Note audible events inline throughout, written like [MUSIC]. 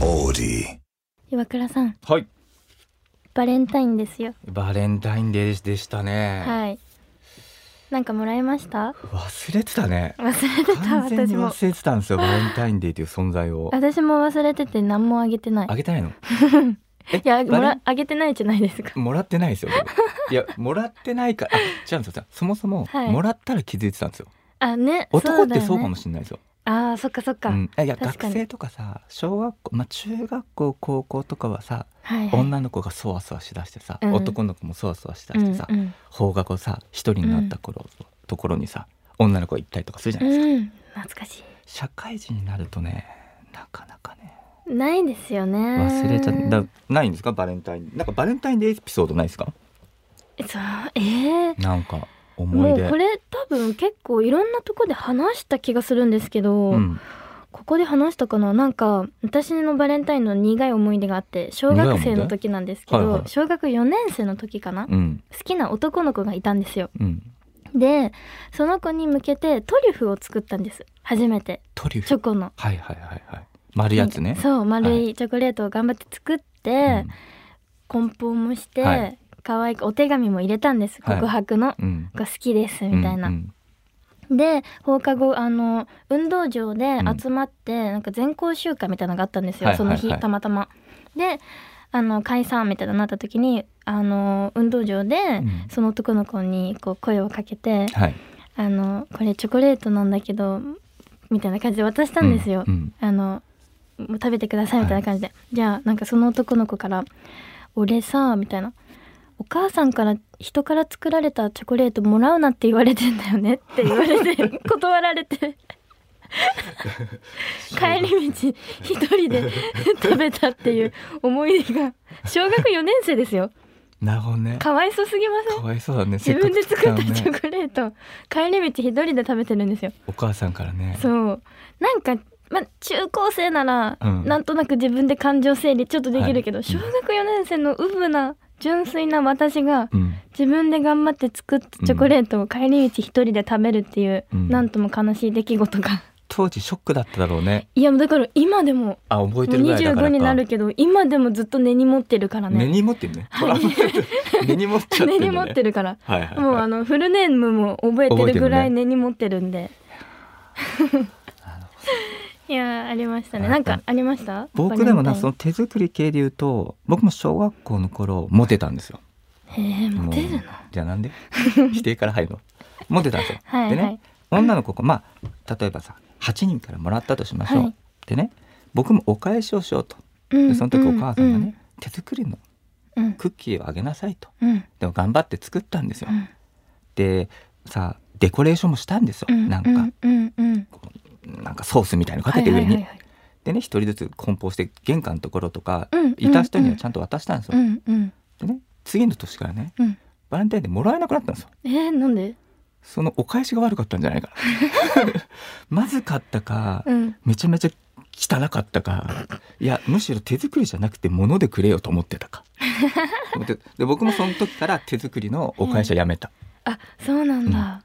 ボディ岩倉さんはいバレンタインですよバレンタインデーでしたね、はいなんかもらいました忘れてたね忘れてた完全 [LAUGHS] 私にも忘れてたんですよバレンタインデーという存在 [LAUGHS] を私も忘れてて何もあげてないあげてない [LAUGHS] のえいバやレもンらあげてないじゃないですかもらってない [LAUGHS] ですよ僕いやもらってないからあ違うんですよそもそも、はいもらったら気づいてたんですよあね男ってそうかもししれないですよれないあーそっかそっか、うん、いや確か学に生とかさ小学校、まあ、中学校高校とかはさ、はいはい女の子がそわそわしだしてさ、うん男の子もそわそわしだしてさ、うんうん放課後さ一人になった頃、ところにさ女の子が行ったりとかするじゃないですか、うん、懐かし社会人になるとねなかなかねいないですよね忘れちゃだないんですかバレンタインなんかバレンタインデーエピソードないですかそうえー、なんか思もいう出これ多分結構いろんなとこで話した気がするんですけど、うん、ここで話したかななんか私のバレンタインの苦い思い出があって小学生の時なんですけど、苦い思い出はいはい小学4年生の時かな、好うんきな男の子がいたんですようん、でその子に向けてトリュフを作ったんです初めてトリュチョフコのはいはいはいはい丸いやつねそう丸はいチョコレートを頑張って作って、梱包もして、はい可愛くお手紙も入れたんですはい告白の、うんうんが好きですみたいな、うんで放課後あの運動場でうん集まって、なんか全校集会みたいなのがあったんですよ、はいはいはいその日たまたま。であの解散みたいなのになった時にあの運動場で、んその男の子にこう声をかけてうんはい「あのこれチョコレートなんだけど」みたいな感じで渡したんですよ。うんうんあのもう食べてくださいみたいな感じで、じゃあなんかその男の子から「俺さ」みたいな「お母さんから人から作られたチョコレートもらうなって言われてんだよね」って言わ [LAUGHS] れて断られて帰り道一人で食べたっていう思い出が小学4年生ですよなるほどねかわいそすぎませかんわいそうだね自分でせ作かっくたチのねョコレート帰り道一人で食べてるんですよお母さんからねそうなんか、まあ、中高生なら、うんなんとなく自分で感情整理ちょっとできるけど、はい小学4年生のウブな純粋な私がうん自分で頑張って作ったチョコレートを帰り道一人で食べるっていう、うんなんとも悲しい出来事が [LAUGHS] 当時ショックだっただろうねいやだから今でもあ覚えてるぐらいだからか25になるけど今でもずっと根に持ってるから根ねに持ってるねトラウマ [LAUGHS] 根に持っちゃってる [LAUGHS] 根ねに持ってるからはいはいもうはあいのフルネームも覚えてるぐらい根に持ってるんで。いやーありましたね。なんかありました？僕でもなその。の手作り系で言うと僕も小学校の頃モテたんですよへえー、モテるものう。じゃあなんで [LAUGHS] 否定から入るのモテたんですよ [LAUGHS] はいはいでね女の子がまあ例えばさ8人からもらったとしましょう、はいでね僕もお返しをしようとうでんその時お母さんがね、うん手作りのうんクッキーをあげなさいとうんでも頑張って作ったんですよ、うんでさデコレーションもしたんですよ、うんなんか、うんうんなんかソースみたいのかけて上に、はいはいはいはいでね一人ずつ梱包して玄関のところとか、うんいた人にはちゃんと渡したんですよ、うんうんでね次の年からねうんバレンタインでもらえなくなったんですよえー、なんで？そのお返しが悪かったんじゃないかな [LAUGHS] まずかったか、うんめちゃめちゃ汚かったかいやむしろ手作りじゃなくて物でくれよと思ってたか [LAUGHS] でで僕もその時から手作りのお返しはやめた、あそうなんだ。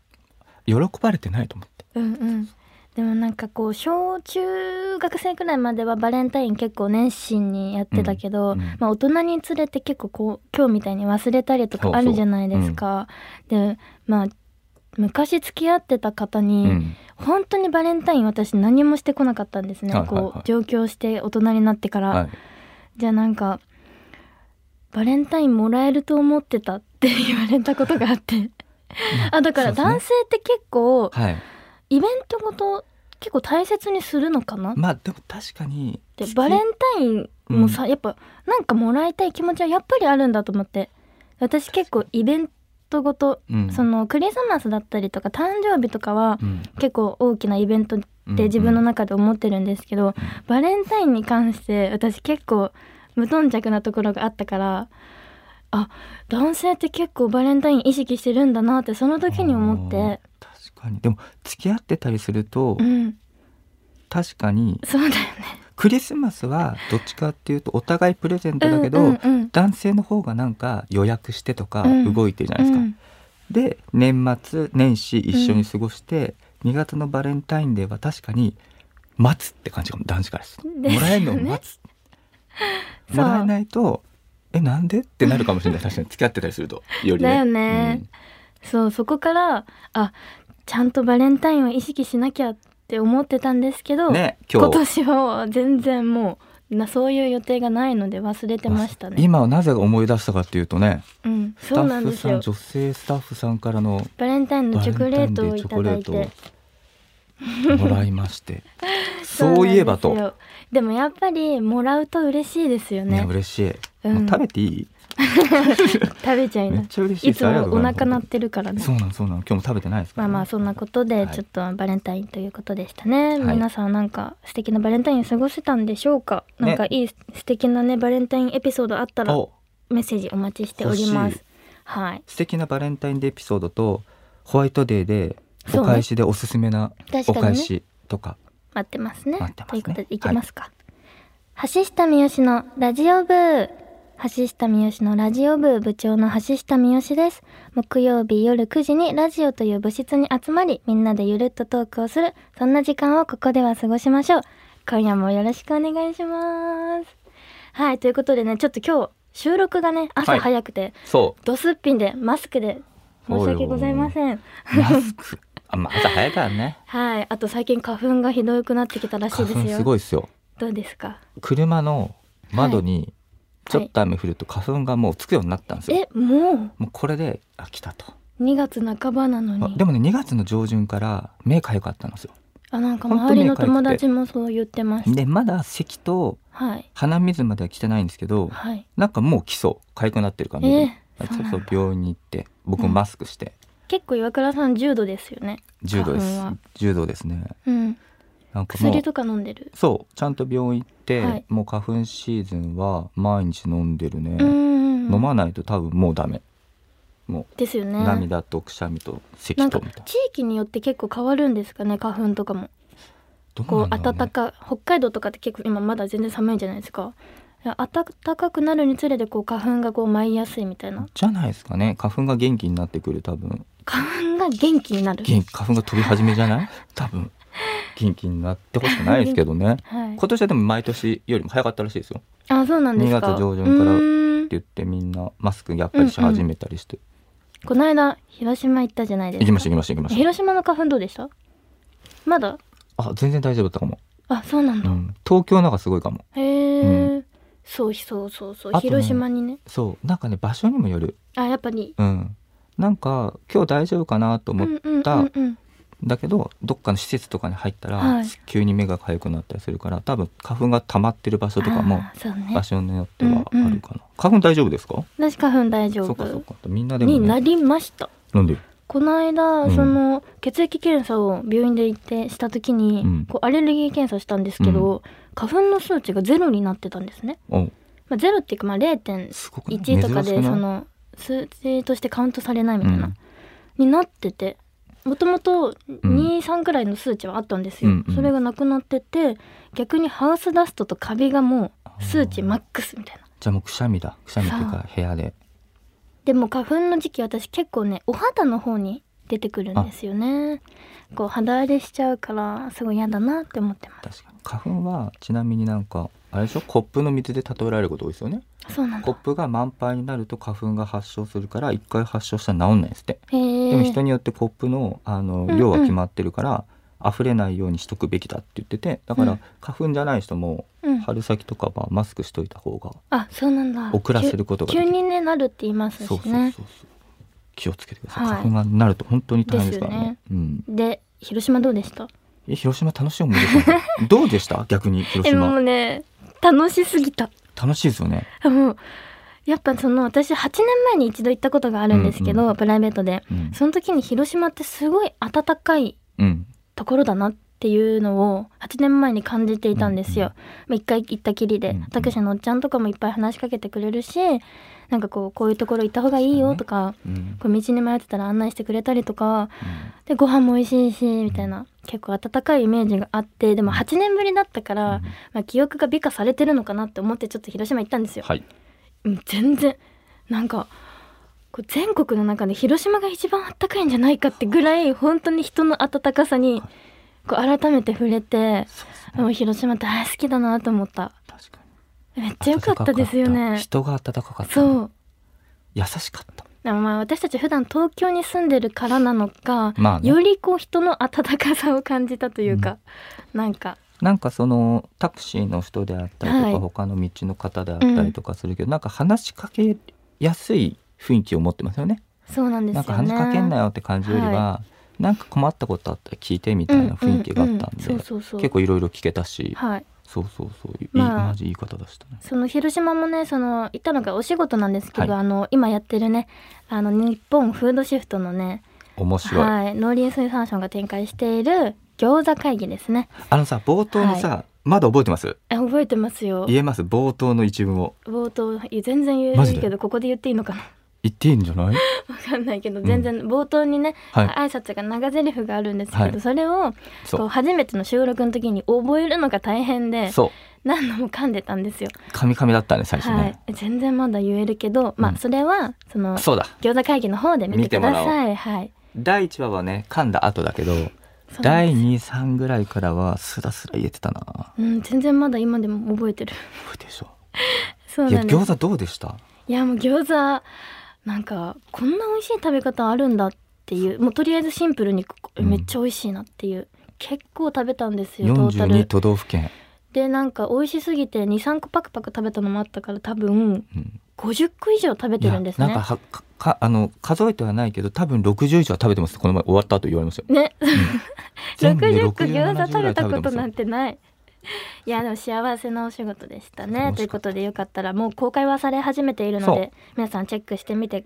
喜ばれてないと思ってうんうん。でもなんかこう小中学生くらいまではバレンタイン結構熱心にやってたけど、うんうんまあ、大人につれて結構こう今日みたいに忘れたりとかあるじゃないですか。でまあ昔付き合ってた方に、うん本当にバレンタイン私何もしてこなかったんですね、はいはいはいこう上京して大人になってから、はい、じゃあなんかバレンタインもらえると思ってたって言われたことがあってあだからそうで男す性って結構、ねはいイベントごと結構大切にするのかなっまあでも確かにてバレンタインもさ、やっぱなんかもらいたい気持ちはやっぱりあるんだと思って私結構イベントごと、うんそのクリスマスだったりとか誕生日とかはうん結構大きなイベントって自分の中で思ってるんですけど、バレンタインに関して私結構無頓着なところがあったからあ男性って結構バレンタイン意識してるんだなってその時に思っあーて確かにでも付き合ってたりすると、うん確かにそうだよねクリスマスはどっちかっていうとお互いプレゼントだけど、うんうんうん男性の方がなんか予約してとかうん動いてるじゃないですか、うんで年末年始一緒に過ごして、2月のバレンタインデーは確かに待つって感じかも男子からするとですもよねらえるのを待つそうもらえないとえなんでってなるかもしれない確かに付き合ってたりするとよりだよねうんそうそこからあちゃんとバレンタインを意識しなきゃって思ってたんですけど、ね今今日年は全然もうなそういう予定がないので忘れてましたね。今なぜ思い出したかっていうとねうん、スそタうなッんでフすさんよ。女性スタッフさんからのバレンタインのチョコレートをいただいバレンて。タインデーチョコレートをもらいまして [LAUGHS] そういえばそとうなんですよ。でもやっぱりもらうと嬉しいですよねね。嬉しい、うんもう食べていい食べちゃいめまっちゃ嬉しいす。いですつありがともうござおいます腹鳴ってるからね。そうなのそうなの今日も食べてないですかまあらね、まあそんなことはでいちょっとバレンタインということでしたね、はい皆さんなんか素敵なバレンタイン過ごせたんでしょうか、ねなんかいい素敵なねバレンタインエピソードあったらおメッセージお待ちしておりま欲しすはい素敵なバレンタインデーエピソードとホワイトデーでそうおね返しでおすすめな確かおにね返しとか待ってますね待ってますねということでいきますか、橋下三好のラジオ部橋下三好のラジオ部部長の橋下三好です木曜日夜9時にラジオという部室に集まりみんなでゆるっとトークをするそんな時間をここでは過ごしましょう今夜もよろしくお願いしますはいということでねちょっと今日収録がね朝早くて、そドスッピンでマスクで申し訳ございませんうマス [LAUGHS] クあまあ朝早いからねはいあと最近花粉がひどくなってきたらしい花で粉すよすごいですよどうですか車の窓にちはょいっと雨降ると花粉がもうつくようになったんですよ、えももうこれであ来たとう2月半ばなのあにでもね2月の上旬から目かゆかったんですよあなんか本当周りの目かゆくて友達もそう言ってましたでまだ咳とはい鼻水までは来てないんですけどはいなんかもう来そうかゆくなってる感じで、えちそうなんょだっと病院に行って僕もマスクして、結構岩倉さん重度ですよね重度で花す粉は重度ですねうんなんかもう薬とか飲んでるそうちゃんと病院行って、はいもう花粉シーズンは毎日飲んでるね、うんうんう飲んまないと多分もうダメもですよう、ね涙とくしゃみと咳なんとかみたいな地域によって結構変わるんですかね花粉とかもどうこうなんだろ暖うねか北海道とかって結構今まだ全然寒いじゃないですかいや暖かくなるにつれてこう花粉がこう舞いやすいみたいなじゃないですかね花粉が元気になってくる多分花粉が元気になる元花粉が飛び始めじゃ [LAUGHS] ない多分元気になってほしくないですけどねは今い年はでも毎年よりも早かったらしいですよってあそうなんですか2月上旬からうーん言ってみんなマスクやっぱりし始めたりして、この間広島行ったじゃないですか行きました行きました行きました広島の花粉どうでしたまだあ全然大丈夫だったかも、あそうなんうだ、ん、東京なんかすごいかもへえ、うそうそうそうそう、あとね広島にねそうなんかね場所にもよるあやっぱりうんなんか今日大丈夫かなとうん思っうんた、うんうんだけどどっかの施設とかに入ったら、はい急に目が痒くなったりするから多分花粉が溜まってる場所とかもあーそうね場所によってはあるかな、花粉大丈夫ですか私花粉大丈そう夫かそうかみんなでも、ね、になりましたなんでこの間、うんその血液検査を病院で行ってした時に、うんこうアレルギー検査したんですけど、花粉の数値がゼロになってたんですね、おまあ、ゼロっていうかまあ0.1すごくないとか珍しくでそないの数値としてカウントされないみうたいな、んになっててもともとん23くらいの数値はあったんですよ、うんうんそれがなくなってて逆にハウスダストとカビがもう数値マックスみたいなじゃあもうくしゃみだくしゃみっていうか部屋ででも花粉の時期私結構ねお肌の方に出てくるんですよねこう肌荒れしちゃうからすごい嫌だなって思ってま確かに花粉はちなみになんかあれでしょコップの水で例えられること多いですよねすそうなんコッだプが満杯になると花粉が発症するから一回発症したら治んないんですって、へでも人えによってコップのあのんうん量は決まってるから、溢れないようにしとくべきだって言っててだかうらん花粉じゃない人もうん春先とかはマスクしといた方があそうなんだ遅らせることがで急きる急にねなるって言いますしそうそうそうねそう気をつけてください、はい花粉がなると本当に大変ですからねうん、で広島どうでしたえ広島楽しい思い出ですね [LAUGHS] どうでした逆に広えも島うね楽しすぎた楽しいですよね、もうやっぱその私8年前に一度行ったことがあるんですけど、うんうプライベートでうんその時に広島ってすごい暖かいうん、ところだなっていうのを8年前に感じていたんでうすんよ。まあ一、回行ったきりで、うんうんタクシーのおっちゃんとかもいっぱい話しかけてくれるしなんかこうこういうところ行った方がいいよとか、うんうんこう道に迷ってたら案内してくれたりとかでご飯も美味しいしみたいな結構温かいイメージがあってでも8年ぶりだったから、まあ、記憶が美化されてるのかなって思ってちょっと広島行ったんですよ。はいうん全然なんかこう全国の中で広島が一番あったかいんじゃないかってぐらい本当に人の温かさにこう改めて触れてそうですもう広島大好きだなと思った確かにめっちゃ良かったですよ暖かかったね人が暖かかった。そう優しかった。でもまあ私たち普段東京に住んでるからなのか、まあねよりこう人の温かさを感じたというか、なんかなんかそのタクシーの人であったりとか、はい他の道の方であったりとかするけど、なんか話しかけやすい雰囲気を持ってますよね。そうなんですなよんねか話しかけんなよって感じよりは、なんか困ったことあったら聞いてみたいな雰囲気があったんで、うんうんうんそうそうそう結構いろいろ聞けたし、はいそうそうそう、いいまあマジいい方でしたね。その広島もねその行ったのがお仕事なんですけど、はあの今やってるねあの日本フードシフトのね面白い。はい、農林水産省が展開している餃子会議ですねあのさ冒頭のさ、まだ覚えてます？え覚えてますよ言えます冒頭の一文を冒頭いや全然言えマなジいでけどここで言っていいのかな [LAUGHS] 言っていいんじゃない？わかんないけど全然冒頭にね、はい挨拶が長台詞があるんですけど、はいそれをそうこう初めての収録の時に覚えるのが大変でそう何度も噛んでたんですよ、カミカミだったね最初はね、い、全然まだ言えるけど、まうんあそれはそのそうだ餃子会議の方で見てくだ見てもさいはい第1話はね噛んだ後だけどそう第23ぐらいからはスラスラ言えてたな覚うん全然まだ今でも覚えてる [LAUGHS] えてるでしょそういやなんです餃子どうでしたいやもう餃子なんかこんな美味しい食べ方あるんだっていうもうとりあえずシンプルにここうんめっちゃ美味しいなっていう、結構食べたんですよトータ42ル都道府県、でなんか美味しすぎて23個パクパク食べたのもあったから多分うん、 50個以上食べいてやるんですねなんかはかかあの数えてはないけど多分60以上は食べてますこの前終わった後言われましたよね全部で60個餃子食べた70ぐらい食べてますよことなんてないいやでも幸せなお仕事でした楽しかっねたということでよかったらもう公開はされ始めているのそうで皆さんチェックしてみて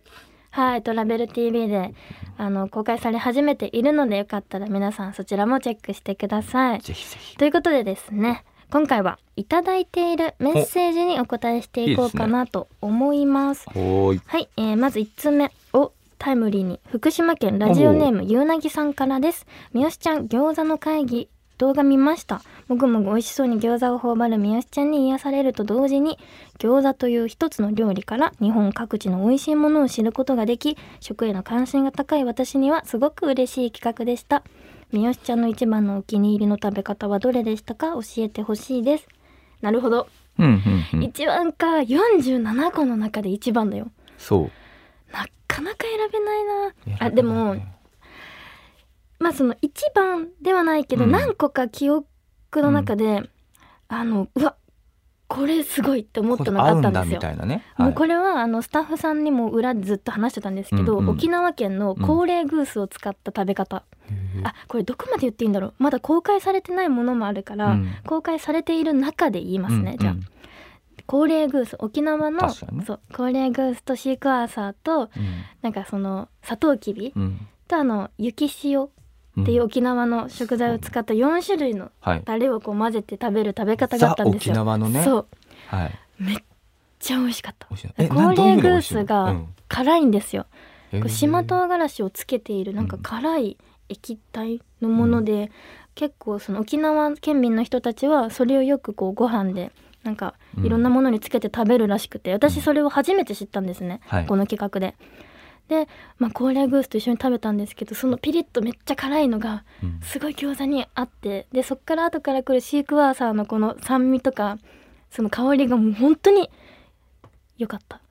はいトラベル TV であの公開され始めているのでよかったら皆さんそちらもチェックしてくださいぜひぜひということでですね今回はいただいているメッセージにお答えしていこうかなと思いますおーいはい、えーまず1通目をタイムリーに福島県ラジオネームゆうなぎさんからです三好ちゃん餃子の会議動画見ましたもぐもぐ美味しそうに餃子を頬張る三好ちゃんに癒されると同時に餃子という一つの料理から日本各地の美味しいものを知ることができ食への関心が高い私にはすごく嬉しい企画でした三好ちゃんの一番のお気に入りの食べ方はどれでしたか教えてほしいですなるほど、うんうんうん一番か47個の中で一番だよそうなかなか選べないいやなあでもまあその一番ではないけど、うん何個か記憶の中で、あのうわこれすごいって思っこたれの合があっうたんんでだすみよ。たいなね、もはういこれはあのスタッフさんにも裏でずっと話してたんですけど、うんうん沖縄県の高齢グースを使った食べ方、へーあこれどこまで言っていいんだろうまだ公開されてないものもあるから、うん公開されている中で言いますね、うんじゃあうん高齢グース沖縄の確かにねそう高齢グースとシークワーサーとなんかそのサトウキビうんうんとあの雪塩うんっていう沖縄の食材を使った4種類のはいタレをこう混ぜて食べる食べ方があったんですよ。ザ沖縄のねそう、はいめっちゃ美味しかった美。味しいでえ高などうい麗うのグが美ー味しいのスが辛いんですよ。うんこへうー島唐辛子をつけているなんか辛い液体のもので、結構その沖縄県民の人たちはそれをよくこうご飯でなんかうんいろんなものにつけて食べるらしくて、私それを初めて知ったんですね、はいこの企画で。で、まあ、高麗グースと一緒に食べたんですけどそのピリッとめっちゃ辛いのがうんすごい餃子にあってでそっから後から来るシークワーサーのこの酸味とかその香りがもう本当に良かった。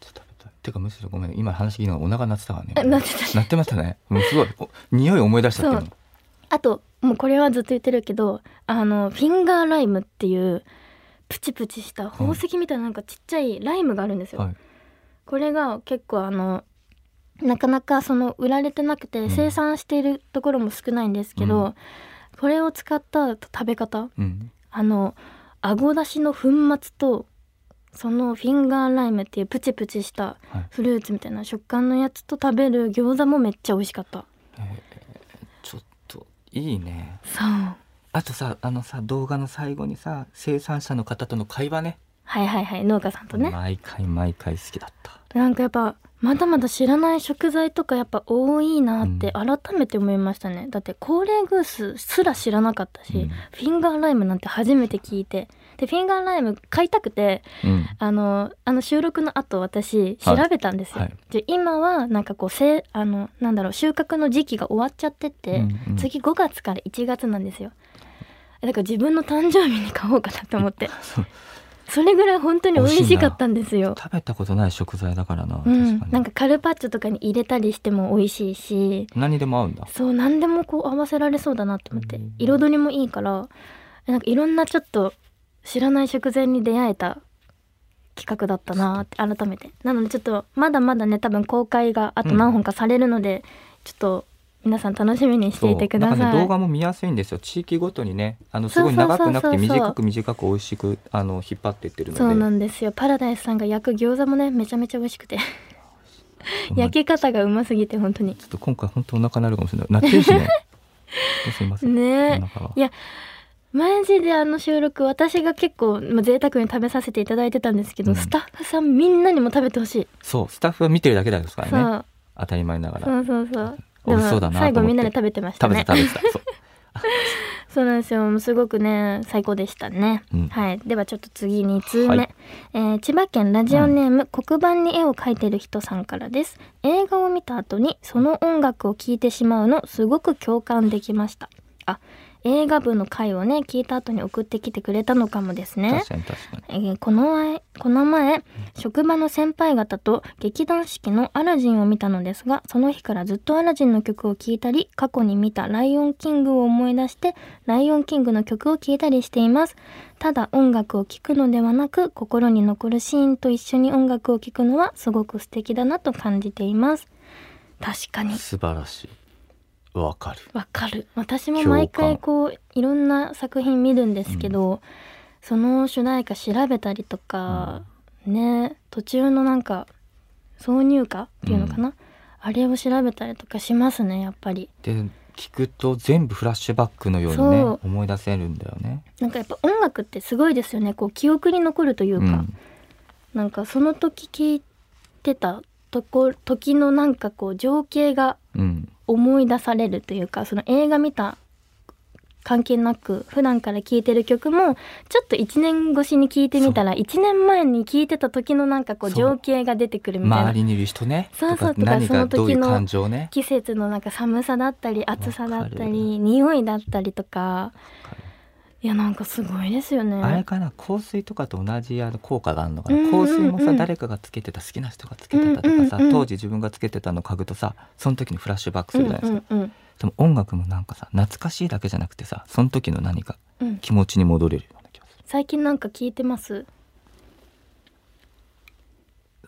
ちょっと食べたいてかむしろごめん今話聞いたのがお腹鳴ってたわねあ鳴ってたね鳴ってましたねもうすごいお匂い思い出したっていうのあともうこれはずっと言ってるけどあのフィンガーライムっていうプチプチした宝石みたいななんかちっちゃいライムがあるんですよ、はいこれが結構あのなかなかその売られてなくてん生産しているところも少ないんですけど、うこれを使った食べ方うんあのあごだしの粉末とそのフィンガーライムっていうプチプチしたはいフルーツみたいな食感のやつと食べる餃子もめっちゃ美味しかったちょっといいねそうはあとさあのさ動画の最後にさ生産者の方との会話ねいはいはい農家さんとね毎回毎回好きだったなんかやっぱまだまだ知らない食材とかやっぱ多いなって改めて思いましたね、だって高齢グースすら知らなかったし、うんフィンガーライムなんて初めて聞いてでフィンガーライム買いたくてうんあのあの収録の後私調べたんですよ、はいで今はなんかこうせいあのなんだろう収穫の時期が終わっちゃってうて、んうん次5月から1月なんですよだから自分の誕生日に買おうかなと思ってそれぐらい本当に美味しかったんですよ。食べたことない食材だからな。う確んか、に。なんかカルパッチョとかに入れたりしても美味しいし何にでも合うんだ。そう何でもこう合わせられそうだなと思ってうん彩りもいいからなんかいろんなちょっと知らない食材に出会えた企画だったなって改めてなのでちょっとまだまだね多分公開があと何本かされるので、ちょっと皆さん楽しみにしていてください。そうなんかね、動画も見やすいんですよ地域ごとにねあのすそうごそういそうそう長くなくて短く短く美味しくあの引っ張っていってるのでそうなんですよパラダイスさんが焼く餃子もねめちゃめちゃ美味しくて焼けけ方がうますぎて本当にちょっと今回本当お腹鳴るかもしれない鳴ってるし [LAUGHS] ねすいません、ねお腹はいやマジであの収録私が結構、まあ、贅沢に食べさせていただいてたんですけど、うんスタッフさんみんなにも食べてほしい、そうスタッフは見てるだけですからねそう当たり前ながらそうそうそう美味しそうだなと思って最後みんなで食べてました食べねた食べたそうそうなんですよもうすごくね最高でしたね、うんはいではちょっと次2通目、はいえー千葉県ラジオネーム、黒板に絵を描いてる人さんからです映画を見た後にその音楽を聴いてしまうのすごく共感できましたあ映画部の回をね聞いた後に送ってきてくれたのかもですね確かに確かにえーこの前この前職場の先輩方と劇団四季の「アラジン」を見たのですがその日からずっと「アラジン」の曲を聴いたり過去に見た「ライオンキング」を思い出して「ライオンキング」の曲を聴いたりしていますただ音楽を聴くのではなく心に残るシーンと一緒に音楽を聴くのはすごく素敵だなと感じています確かに素晴らしいわかるわかる私も毎回こういろんな作品見るんですけど、その主題歌調べたりとか、ね途中のなんか挿入歌っていうのかな、あれを調べたりとかしますねやっぱりで聞くと全部フラッシュバックのようにねそう思い出せるんだよねなんかやっぱ音楽ってすごいですよねこう記憶に残るというか、うんなんかその時聞いてたとこ時のなんかこう情景がうん思い出されるというかその映画見た関係なく普段から聴いてる曲もちょっと1年越しに聴いてみたら1年前に聴いてた時のなんかこうそう情景が出てくるみたい周なりにいる人ねそうそうとか何とかそがの時のどういう感情ね季節のなんか寒さだったり暑さだっわかたるり匂いだったりとかかるいやなんかすごいですよあれね。かな香水とかと同じあの効果があるのかな、うんうんうん香水もさ誰かがつけてた好きな人がつけてたとかさ、うんうんうん当時自分がつけてたの嗅ぐとさその時にフラッシュバックすうんるうじゃないですか、んうんでも音楽もなんかさ懐かしいだけじゃなくてさその時の何かうん、気持ちに戻れるような気がする最近なんか聞いてます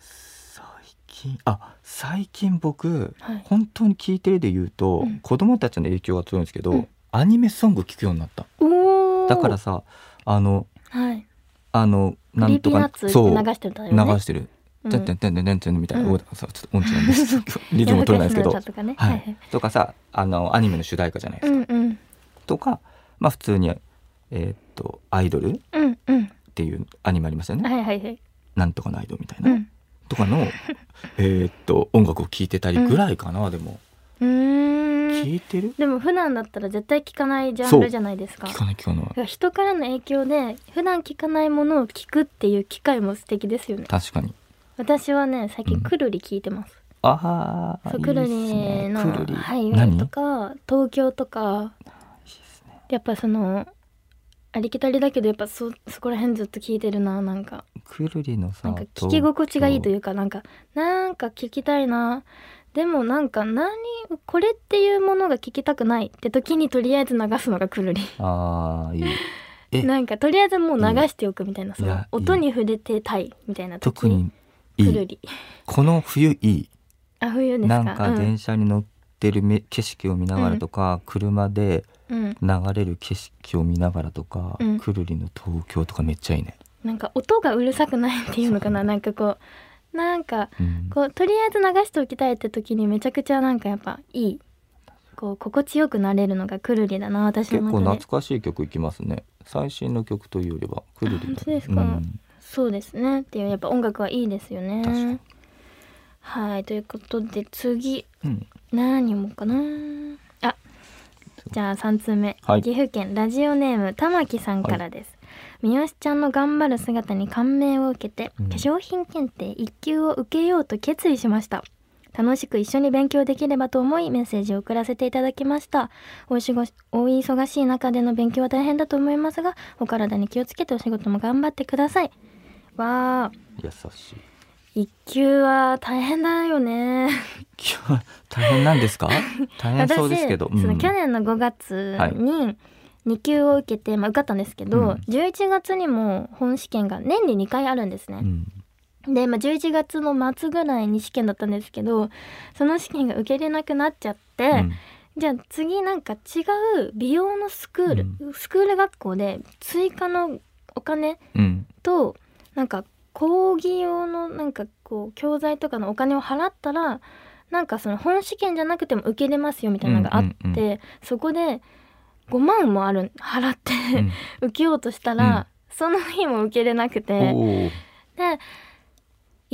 最近あ最近僕、はい本当に聞いてるで言うと、うん子供たちの影響が強いんですけど、うんアニメソング聞くようになったおーだからさあのはいあのクなリーんとピーナッかツってそう流してたよね流してるうんてんてんてんてんてんてんみたいな、うんちょっと音痴なんですリズム取れないですけど夜更かしの歌とかねははいい、とかさあのアニメの主題歌じゃないでうすか、んうんとか、まあ、普通に、えーっとアイドルっうんうんていうアニメありましたよね、はいはいはいなんとかのアイドルみたいうな、んとかのえーっと音楽を聴いてたりぐらいかな、でもうーん聴いてるでも普段だったら絶対聞かないジャンルじゃないですか聞かない聞かないだから人からの影響で普段聞かないものを聞くっていう機会も素敵ですよね確かに私はね最近くるり聞いてます、ああそうくるりのはい何とか東京とかやっぱそのありきたりだけどやっぱそそこら辺ずっと聞いてるななんかくるりのさなんか聞き心地がいいといううかなんかなんか聞きたいなでもなんか何これっていうものが聞きたくないって時にとりあえず流すのがくるりああいいえなんかとりあえずもう流しておくみたいなそいのや音に触れてたいみたいな時特にいくるいりこの冬いいあ冬ですかなんか電車に乗ってるめ景色を見ながらとか、車でうん、うん、流れる景色を見ながらとか、うんくるりの東京とかめっちゃいいね。なんか音がうるさくないっていうのかななんかこうなんかうん、こうとりあえず流しておきたいって時にめちゃくちゃなんかやっぱいいこう心地よくなれるのがくるりだな私結の構中懐でかしい曲いきますね。最新の曲というよりはくるりだねあ本当ですかうんそうですねっていうやっぱ音楽はいいですよ確かにねはいということで次うん何もかなあじゃあ3通目、はい岐阜県ラジオネーム玉木さんからです、三好ちゃんの頑張る姿に感銘を受けて、うん化粧品検定1級を受けようと決意しました楽しく一緒に勉強できればと思いメッセージを送らせていただきましたお仕事お忙しい中での勉強は大変だと思いますがお体に気をつけてお仕事も頑張ってくださいわあ優しい [LAUGHS] 一級は大変だよね今日大変なんですか [LAUGHS] 大変そうですけど、私その去うん年の5月はいに2級を受けて、まあ、受かったんですけど、うん11月にも本試験が年に2回あるんですうね、んで、まあ、11月の末ぐらいに試験だったんですけどその試験が受けれなくなっちゃって、うんじゃあ次なんか違う美容のスクール、スクール学校で追加のお金うんとなんか講義用のなんかこう教材とかのお金を払ったらなんかその本試験じゃなくても受けれますよみたいなのがあって、うんうんそこで5万もある払って、 [LAUGHS] 受けようとしたら、その日も受けれなうくんておーで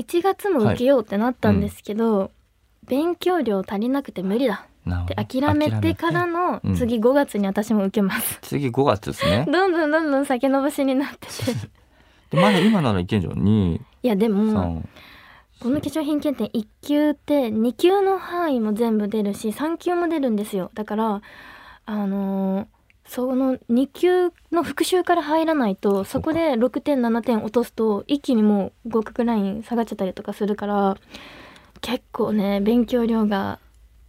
1月も受けようってなったんですけど、勉強量足りなくて無理だなるほってど諦めてか諦めらてのうん次5月に私も受け [LAUGHS] ます、次5月ですねどんどんどんどん先延ばしになって [LAUGHS] てでまだ今ならいけんじゃん2いやでも、 3この化粧品検定1級って2級の範囲も全部出るし3級も出るんですよだからあのーその2級の復習から入らないとそこで6点7点落とすと一気にもう合格ライン下がっちゃったりとかするから結構ね勉強量が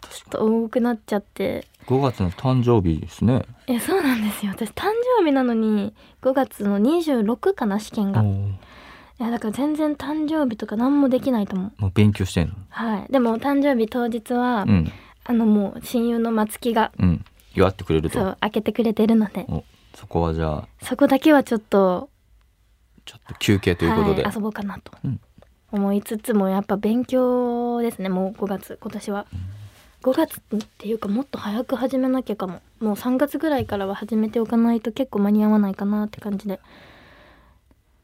ちょっと多くなっちゃって5月の誕生日ですねえそうなんですよ私誕生日なのに5月の26かな試験がおいーやだから全然誕生日とか何もできないと思うもう勉強してんのはいでも誕生日当日は、うんあのもう親友の松木がうん祝ってくれるそとう開けてくれてるのでおそこはじゃあそこだけはちょっとちょっと休憩ということで、はい、遊ぼうかなとうん思いつつもやっぱ勉強ですねもう5月今年は。5月っていうかもっと早く始めなきゃかももう3月ぐらいからは始めておかないと結構間に合わないかなって感じで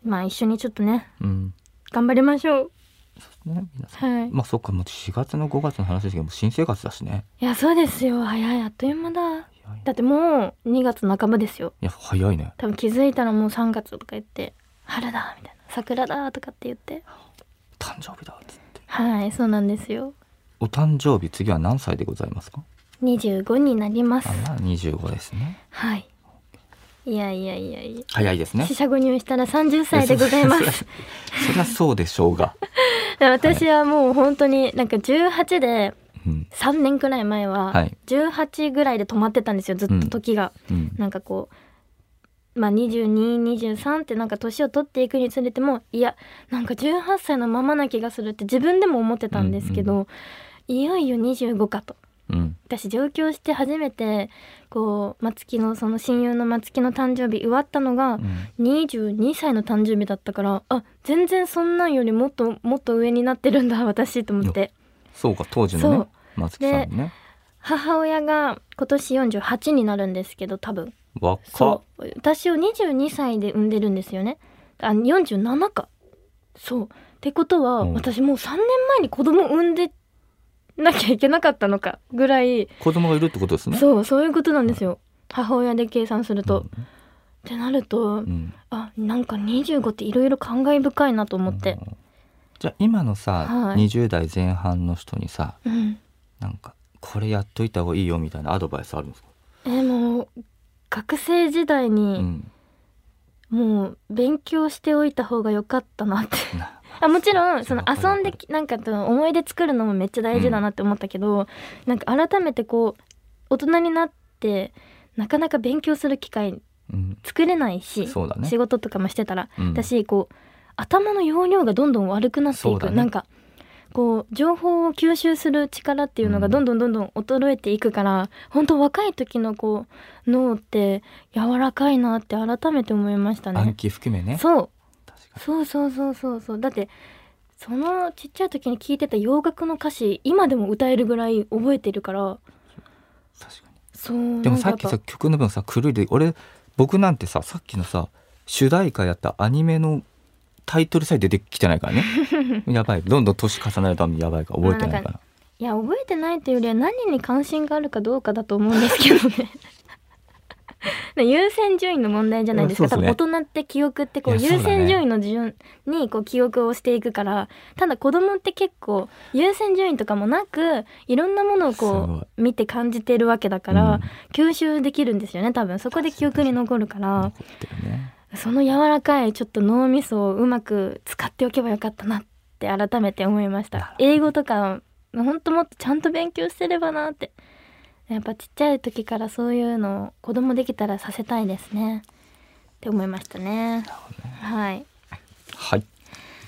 まあ一緒にちょっとねうん頑張りましょうね皆さんはいまあそっかもう4月の5月の話ですけどもう新生活だしねいやそうですよ早いあっという間だ早いだってもう2月半ばですよいや早いね多分気づいたらもう3月とか言って「春だ」みたいな「桜だ」とかって言って誕生日だっつってはいそうなんですよお誕生日次は何歳でございますか25になりますあまあ25ですねはいいやいやいやいや早いです [LAUGHS] ね四捨五入したら30歳でございまそすりゃそうでしょうが、私はもう本当になんか18でうん3年くらい前ははい18ぐらいで止まってたんですよずっと時が、うん、なんかこうまあ2223ってなんか年を取っていくにつれてもいやなんか18歳のままな気がするって自分でも思ってたんですけど、うんいよいよ25かとうん、私上京して初めてこう松木のその親友の松木の誕生日祝ったのがうん22歳の誕生日だったからあ全然そんなんよりもっともっと上になってるんだ私と思ってそうか当時そのうね松木さんね母親が今年48になるんですけど多分若っそう私を22歳で産んでるんですよねあ47かそうってことは、うん私もう3年前に子供産んでなきゃいけなかったのかぐらい、子供がいるってことですねそうそういうことなんですよ母親で計算すると、っんてなると、うんあなんか25っていろいろ感慨深いなと思って、じゃあ今のさ、はい20代前半の人にさうん、なんかこれやっといた方がいいよみたいなアドバイスあるんですか、えもう学生時代うにん、もう勉強しておいた方が良かったなってなあもちろんそのそう遊んできなんかと思い出作るのもめっちゃ大事だなって思ったけど、なんか改めてこう大人になってなかなか勉強する機会うん作れないし、そうだね仕事とかもしてたら、うんだしこう頭の容量がどんどん悪くなってそいうく、だねなんかこう情報を吸収する力っていうのうがんどんどんどんどん衰えていくから、本当若い時のこう脳って柔らかいなって改めて思いました暗ね。記含めねそう確かそうそうそうそうそうだってそのちっちゃい時に聞いてた洋楽の歌詞今でも歌えるぐらい覚えてるからに確かそうにでもさっきなんさか曲の分さ狂いで俺僕なんてささっきのさ主題歌やったアニメのタイトルさえ出てきてないから [LAUGHS] ねやばいどんどん年重ねるためにやばいから覚えてないからいや覚えてないというよりは何に関心があるかどうかだと思うんですけど [LAUGHS] ねね優先順位の問題じゃないですかうんそうですね多分大人って記憶ってこういやそ優うだね先順位の順にこう記憶をしていくからただ子供って結構優先順位とかもなくいろんなものをすごこいう見て感じてるわけだかうらん吸収できるんですよね多分そこで記憶に残るから残ってるねその柔らかいちょっと脳みそをうまく使っておけばよかったなって改めて思いましなるたほ英語とかほんともっとちゃんと勉強してればなってやっぱちっちゃい時からそういうのを子供できたらさせたいですねって思いましたねはいはい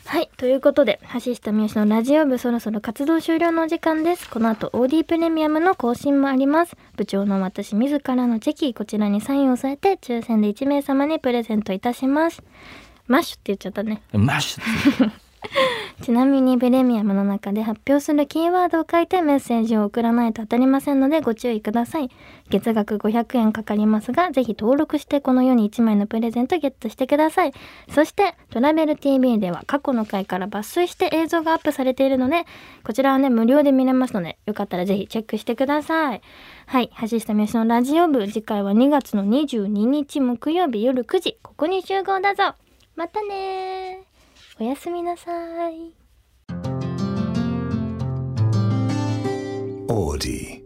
はい。ということで、橋下美由のラジオ部そろそろ活動終了のお時間です。この後、OD プレミアムの更新もあります。部長の私自らのチェキ、こちらにサインを添えて、抽選で1名様にプレゼントいたします。マッシュって言っちゃったね。マッシュですねちなみにプレミアムの中で発表するキーワードを書いてメッセージを送らないと当たりませんのでご注意ください。月額500円かかりますが、ぜひ登録してこの世に1枚のプレゼントゲットしてください。そして、トラベル TV では過去の回から抜粋して映像がアップされているので、こちらはね、無料で見れますので、よかったらぜひチェックしてください。はい、橋下美由のラジオ部、次回は2月の22日木曜日夜9時、ここに集合だぞまたねーおやすみなさい。 Audi.